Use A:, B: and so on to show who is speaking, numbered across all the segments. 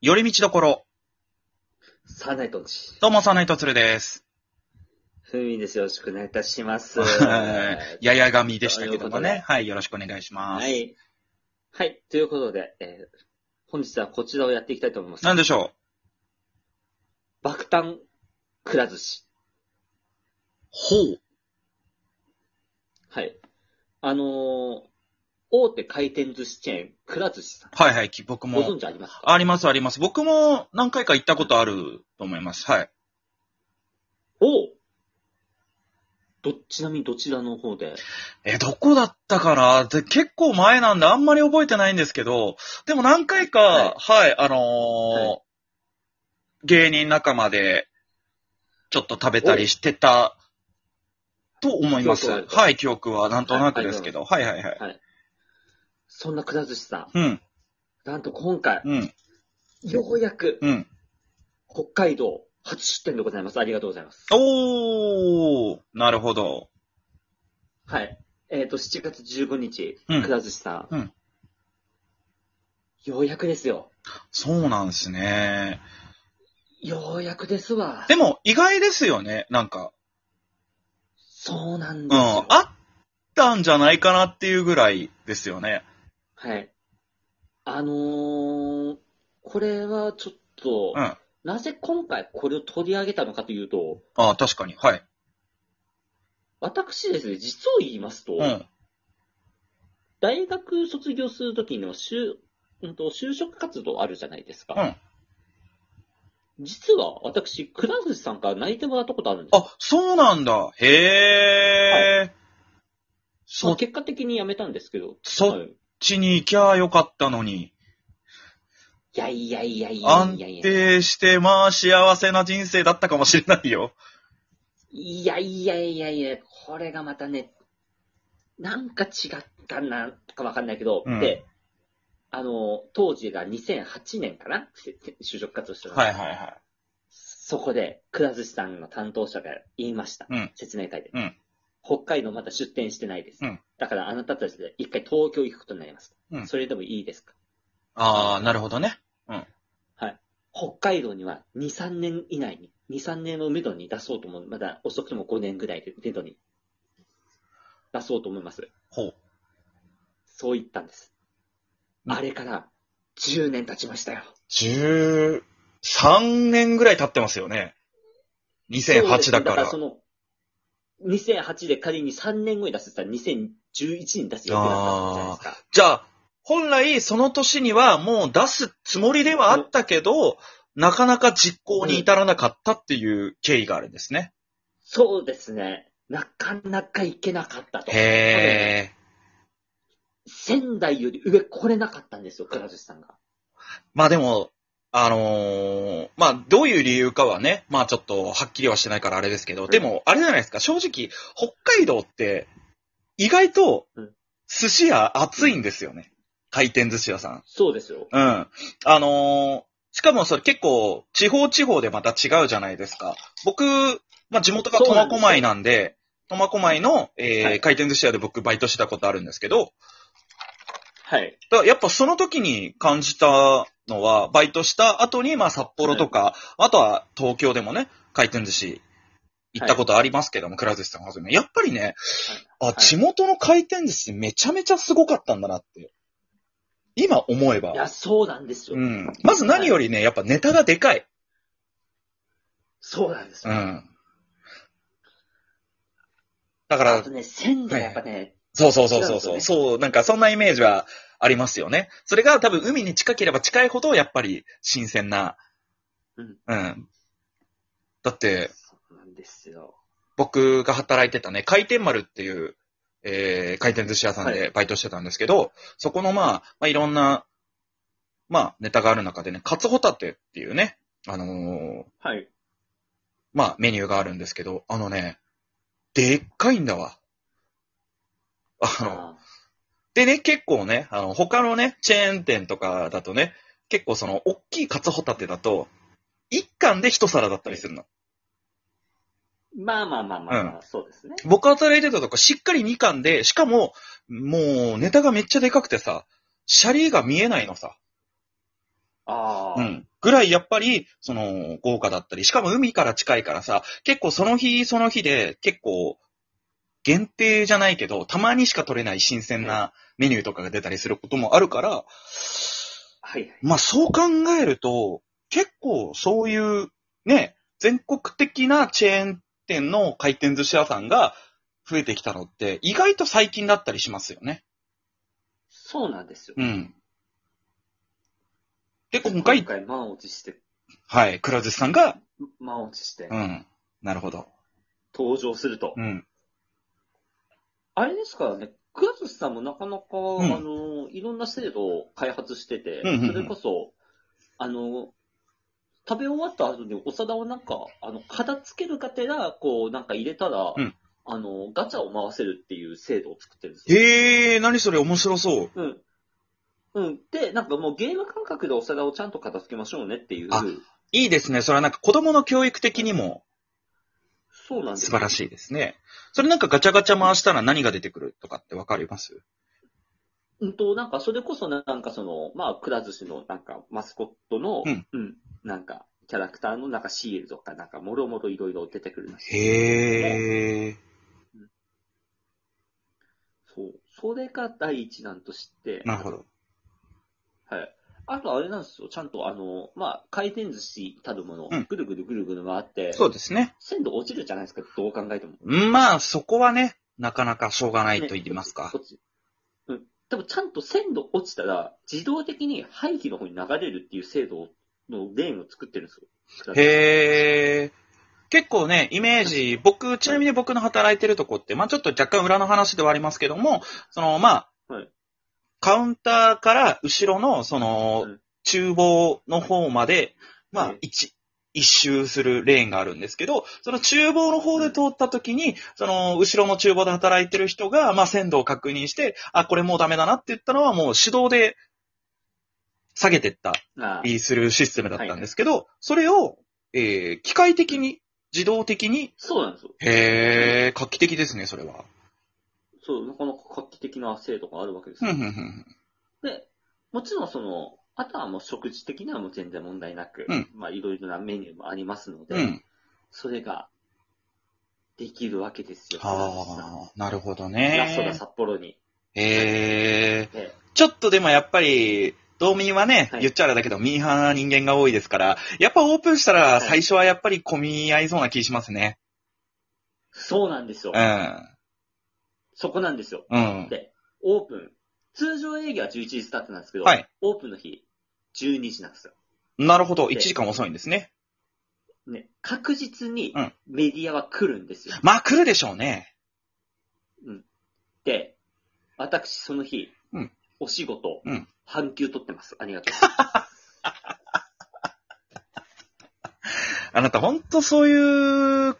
A: 寄り道どころ。
B: サーナイトンチ。
A: どうも、サナイトツルです。
B: ふみです。よろしくお願いいたします。
A: はいややがみでしたけども
B: ということで
A: ね。はい、よろしくお願いします。
B: はい。はい。ということで、えー本日はこちらをやっていきたいと思います。
A: なんでしょ
B: 爆誕くら寿司。
A: うほう。
B: はい。あのー、大手回転寿司チェーン、くら寿司さん。
A: はいはい、き僕
B: ご存
A: も。
B: 知ありますか
A: ありますあります。僕も何回か行ったことあると思います。はい。
B: おうど、ちなみにどちらの方で
A: え、どこだったかなで結構前なんであんまり覚えてないんですけど、でも何回か、はい、あのー
B: は
A: 芸人仲間でちょっと食べたりしてたと思いま
B: 記
A: す
B: 憶はある。と
A: はい、記憶はなんとなくですけど。はいはいはい。
B: そんなくら寿司さ
A: うん、
B: ん。なんと今回、
A: うん、
B: ようやく
A: うん。
B: 北海道初出店でございます。ありがとうございます。
A: おー、なるほど。
B: はい。えっ、と、7月15日、
A: うん
B: くら寿司さん。
A: うん
B: ようやくですよ。
A: そうなんですね。
B: ようやくですわ。
A: でも、意外ですよね、なんか。
B: そうなん
A: うん、
B: ですよ。
A: あったんじゃないかなっていうぐらいですよね。
B: はい。あのー、これはちょっと、
A: うん。あ
B: なぜ今回これを取り上げたのかというと、
A: あ、確かに。はい。
B: 私ですね、実を言いますと、
A: うん。
B: 大学卒業するときの就、うんと就職活動あるじゃないですか。
A: うん
B: 実は私、くら寿司さんから泣いてもらったことあるんですよ
A: あ、そうなんだ。へえ。
B: ま
A: そ
B: あ、、結果的に辞めたんですけど。
A: そ
B: は
A: っ
B: い
A: ちに行きゃよかったのに。
B: いやいやいやいや
A: 安
B: いやいや。
A: 定して、まあ、幸せな人生だったかもしれないよ。
B: いやいやいやいや、これがまたね、なんか違ったなんかわかんないけど、
A: うん
B: で、あの、当時が2008年かなせ就職活動してたの
A: はいはいはい。
B: そこで、くら寿司さんの担当者が言いました。
A: うん
B: 説明会で、
A: うん
B: 北海道まだ出店してないです。
A: うん
B: だからあなたたちで一回東京行くことになります。
A: うん
B: それでもいいですか
A: ああ、なるほどね。
B: 北海道には2、3年以内に、2、3年をめどに出そうと思う。まだ遅くとも5年ぐらいで、めどに出そうと思います。
A: ほう。
B: そう言ったんです。
A: うん
B: あれから10年経ちましたよ。
A: 13年ぐらい経ってますよね。2008だか
B: そうですねだから
A: ら
B: そ。の、2008で仮に3年後に出せたら2011に出す予定だったじゃないですか。
A: じゃあ、本来その年にはもう出すつもりではあったけど、なかなか実行に至らなかったっていう経緯があるんですね。
B: そうですね。なかなか行けなかったと。
A: へえ。
B: 仙台より上来れなかったんですよ、倉寿司さんが。
A: まあでも、あのーまあどういう理由かはね、まあちょっとはっきりはしてないからあれですけど、
B: ん
A: でもあれじゃないですか、正直、北海道って意外と
B: うん
A: 寿司屋熱いんですよね。回転寿司屋さん。
B: そうですよ。
A: うん。あのーしかもそれ結構、地方地方でまた違うじゃないですか。僕、まあ、地元が苫小牧なんで、苫小牧の、えー
B: はい
A: 回転寿司屋で僕バイトしてたことあるんですけど、
B: はい。
A: だからやっぱその時に感じたのは、バイトした後に、まあ、札幌とか、あとは東京でもね、回転寿司行ったことありますけども、くら寿司さんはじめ。やっぱりね、あ、地元の回転寿司めちゃめちゃすごかったんだなって、今思えば。
B: いや、そうなんですよ。
A: うん。まず何よりね、やっぱネタがでかい。
B: そうなんです
A: う
B: よ。
A: ん。だか
B: あ
A: ら
B: と、ね、仙台やっぱね、
A: そうそうそうそう
B: 違うん
A: そう、
B: です
A: そう、なんかそんなイメージはありますよね。それが多分海に近ければ近いほど、やっぱり新鮮な。
B: うん。
A: うん。だって、
B: そうなんですよ。
A: 僕が働いてたね、回転丸っていう、えー、回転寿司屋さん
B: は
A: でバイトしてたんですけど、そこのまあ、まあ、いろんな、まあ、ネタがある中でね、カツホタテっていうね、あのー
B: はい。
A: まあ、メニューがあるんですけど、あのね、でっかいんだわ。あの、
B: あ
A: でね、結構ね、あの、他のね、チェーン店とかだとね、結構その、大きいカツホタテだと、一貫で一皿だったりするの。
B: ーまあまあまあまあ、まあそうですね。
A: 僕働いてたとこ、しっかり二貫で、しかも、もう、ネタがめっちゃでかくてさ、シャリが見えないのさ。
B: ああ、
A: うん。ぐらいやっぱり、その、豪華だったり、しかも海から近いからさ、結構その日その日で、結構、限定じゃないけど、たまにしか取れない新鮮なメニューとかが出たりすることもあるから、
B: はいはい。
A: まあそう考えると、結構そういう、ね、全国的なチェーン店の回転寿司屋さんが増えてきたのって、意外と最近だったりしますよね。
B: そうなんですよ。
A: うん。で、今回
B: 今、回、満落ちして、
A: はい、倉寿司さんが、
B: 満落ちして
A: う、ん、なるほど。
B: 登場すると。
A: うん。
B: あれですからね、クラスさんもなかなか、
A: ん
B: あの、いろんな制度を開発してて、
A: うんうんうん
B: それこそ、あの、食べ終わった後にお皿をなんか、あの、片付けるがてら、こう、なんか入れたら、
A: うん
B: あの、ガチャを回せるっていう制度を作ってるんですよ。
A: へえー、何それ面白そう。
B: うん。うん。で、なんかもうゲーム感覚でお皿をちゃんと片付けましょうねっていう。
A: あいいですね。それはなんか子供の教育的にも
B: そうなんです
A: 素
B: よ
A: 晴らしいですね。それなんかガチャガチャ回したら何が出てくるとかってわかります
B: うんと、なんか、それこそな、なんかその、まあ、くら寿司の、なんか、マスコットの、
A: うん
B: なんか、キャラクターの、なんか、シールとか、なんか、もろもろいろいろ出てくるんです
A: へえー。
B: そう。それが第一弾として、
A: なるほど。
B: はい。あと、あれなんですよ。ちゃんと、あの、まあ、回転寿司たるもの、
A: うん
B: ぐるぐるぐるぐる回って、
A: そうですね。
B: 鮮度落ちるじゃないですか、どう考えても。
A: まあ、そこはね、なかなかしょうがないと言いますか。
B: 落ちうん。でも、ちゃんと鮮度落ちたら、自動的に廃棄の方に流れるっていう制度のレーンを作ってるんですよくら寿司。
A: へえ。結構ね、イメージ、僕、ちなみに僕の働いてるとこって、まあちょっと若干裏の話ではありますけども、その、まあ、
B: はい
A: カウンターから後ろの、その、
B: うん
A: 厨房の方まで、ま
B: は
A: あ
B: い、
A: 一、一周するレーンがあるんですけど、その厨房の方で通った時に、その、後ろの厨房で働いてる人が、まあ、鮮度を確認して、あ、これもうダメだなって言ったのは、もう手動で下げてった
B: ああ
A: いいするシステムだったんですけど、それを、えー機械的に、自動的に、
B: そうなんですよ。
A: へー、画期的ですね、それは。
B: そう、なかなか画期的な制度があるわけで
A: ふ
B: す
A: ん
B: よ。
A: ふんふん
B: で、もちろんその、あとはもう食事的にはもう全然問題なく、
A: うん
B: まあいろいろなメニューもありますので、
A: ふんうん。
B: それができるわけですよ。
A: はあ、なるほど
B: ラストが
A: ね。
B: 札幌に。
A: へー。
B: で
A: ちょっとでもやっぱり、道民はね、
B: はい
A: 言っちゃあれだけど、ミーハーな人間が多いですから、やっぱオープンしたら
B: い
A: 最初はやっぱり混み合いそうな気しますね。
B: そうなんですよ
A: う。ん。
B: そこなんですよ。
A: うん。
B: で、オープン。通常営業は11時スタートなんですけど、
A: はい
B: オープンの日、12時なんですよ。
A: なるほど。1時間遅いんですね。
B: ね、確実に
A: うん
B: メディアは来るんですよ。
A: まあ来るでしょうね。
B: で、私その日、
A: うん
B: お仕事、
A: うん
B: 半休取ってます。ありがとうご ざいます。
A: あなたほんとそういう、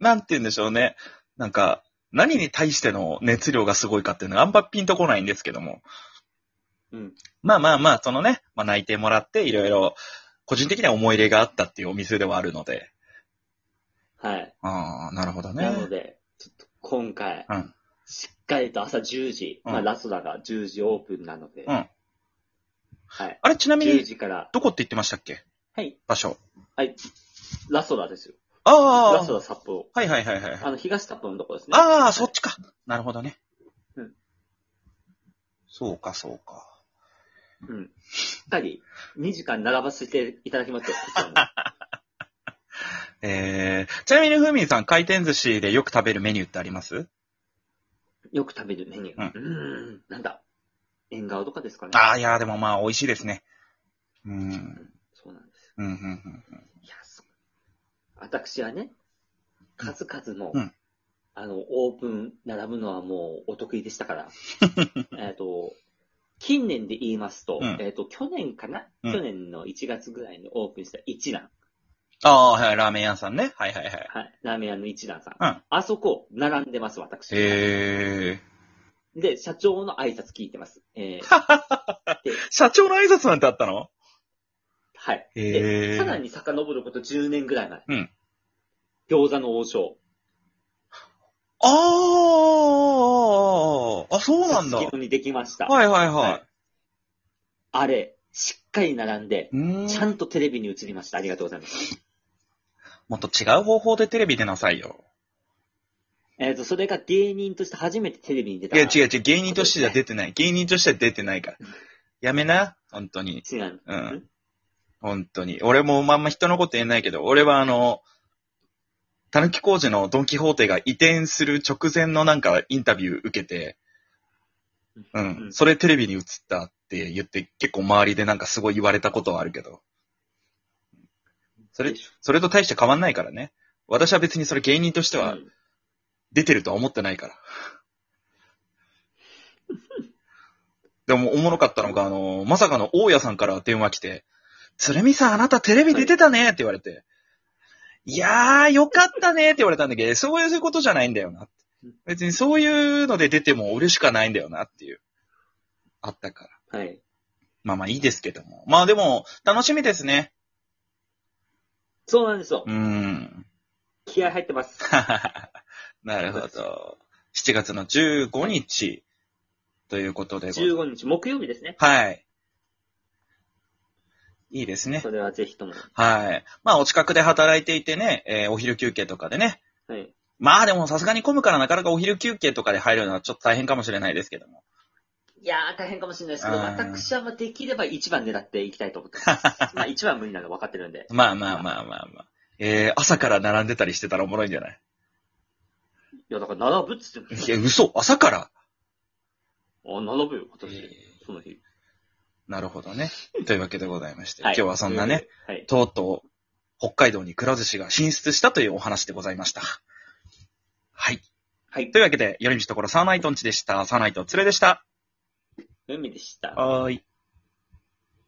A: なんて言うんでしょうね。なんか、何に対しての熱量がすごいかっていうのがあんまピンとこないんですけども。
B: うん。
A: まあまあまあ、そのね、まあ内定もらっていろいろ、個人的には思い入れがあったっていうお店ではあるので。
B: はい。
A: ああ、なるほどね。
B: なので、ちょっと今回、
A: うん
B: しっかりと朝10時、
A: うん
B: まあラストだが10時オープンなので、
A: うん
B: はい。
A: あれ、ちなみ
B: 10
A: に、
B: 時から、
A: どこって言ってましたっけ
B: はい。
A: 場所。
B: はい。ラストだですよ。
A: あ
B: ラスト
A: あ、
B: だ札幌。
A: はいはいはいはい。
B: あの、東札幌のところですね。
A: ああ、そっちか。なるほどね。
B: うん
A: そうか、そうか。
B: うん。しっかり、2時間並ばせていただ きますよ、こちらも。
A: えー、ちなみに、ふみんさん、回転寿司でよく食べるメニューってあります
B: よく食べるメニュー。
A: う
B: うーん。なんだ。縁側とかですかね。
A: ああ、いやー、でもまあ、美味しいですね。うん。うん、
B: そうなんです。
A: うん、うん。
B: いや、そう。私はね、数々の、
A: うん
B: あの、オープン並ぶのはもうお得意でし たから、えっと、近年で言いますと、
A: うん
B: えっと、去年かな、
A: うん
B: 去年の1月ぐらいにオープンした一蘭、
A: ああ、はい、ラーメン屋さんね。はい、はい、はい。
B: はい、ラーメン屋の一蘭さん。
A: うん
B: あそこ、並んでます、私。
A: えー、
B: で、社長の挨拶聞いてます。えー
A: 社長の挨拶なんてあったの
B: はい。
A: へ
B: で、
A: ー
B: さらに遡ること10年ぐらい前。
A: うん
B: 餃子の王将。
A: ああ、あ、そうなんだ。
B: すすきのにできました。
A: はい、はい、
B: は
A: はい
B: あれ、しっかり並んで、
A: うーん
B: ちゃんとテレビに映りました。ありがとうございます。
A: もっと違う方法でテレビ出なさいよ。
B: えっ、と、それが芸人として初めてテレビに出た。
A: いや、違う違う。芸人としてじゃ出てない。芸人としては出てないから。やめな。本当に。
B: 違う。
A: う
B: うん
A: ん。本当に。俺もまんま人のこと言えないけど、俺はあの、たぬき工事のドンキホーテが移転する直前のなんかインタビュー受けて、う、
B: うんん
A: それテレビに映ったって言って結構周りでなんかすごい言われたことはあるけど、それ
B: でしょ
A: それと大して変わんないからね。私は別にそれ芸人として
B: う
A: は
B: ん
A: 出てるとは思ってないから。でも、おもろかったのが、あの、まさかの大家さんから電話来て、鶴見さんあなたテレビ出てたねって言われて、い、やーよかったねって言われたんだけど、そういうことじゃないんだよなって
B: うん。
A: 別にそういうので出ても俺しかないんだよなっていう。あったから。
B: はい。
A: まあまあいいですけども。まあでも、楽しみですね。
B: そうなんですよ
A: う。ーん。
B: 気合入ってます。
A: なるほど。7月の15日ということでございます
B: 15日木曜日ですね。
A: はい。いいですね
B: そ。れはぜひとも。
A: はい。まあ、お近くで働いていてね、えーお昼休憩とかでね。
B: はい。
A: まあ、でもさすがに混むからなかなかお昼休憩とかで入るのはちょっと大変かもしれないですけども。
B: いやー、大変かもしれないですけど、
A: うん
B: 私はまあできれば一番狙っていきたいと思って ます。まあ一番無理なの分かってるんで。
A: まあまあまあまあまあ。えー、朝から並んでたりしてたらおもろいんじゃない
B: いや、だから並ぶっつって
A: いや、嘘朝から
B: あ、並ぶよ、私。その日。
A: なるほどね。というわけでございまして、
B: はい
A: 今日はそんなね、。
B: はい。
A: とうとう、北海道にくら寿司が進出したというお話でございました。はい。
B: はい。
A: というわけで、寄り道ところサーナイトンチでした。サーナイトツレでした。
B: 海でした。
A: はーい。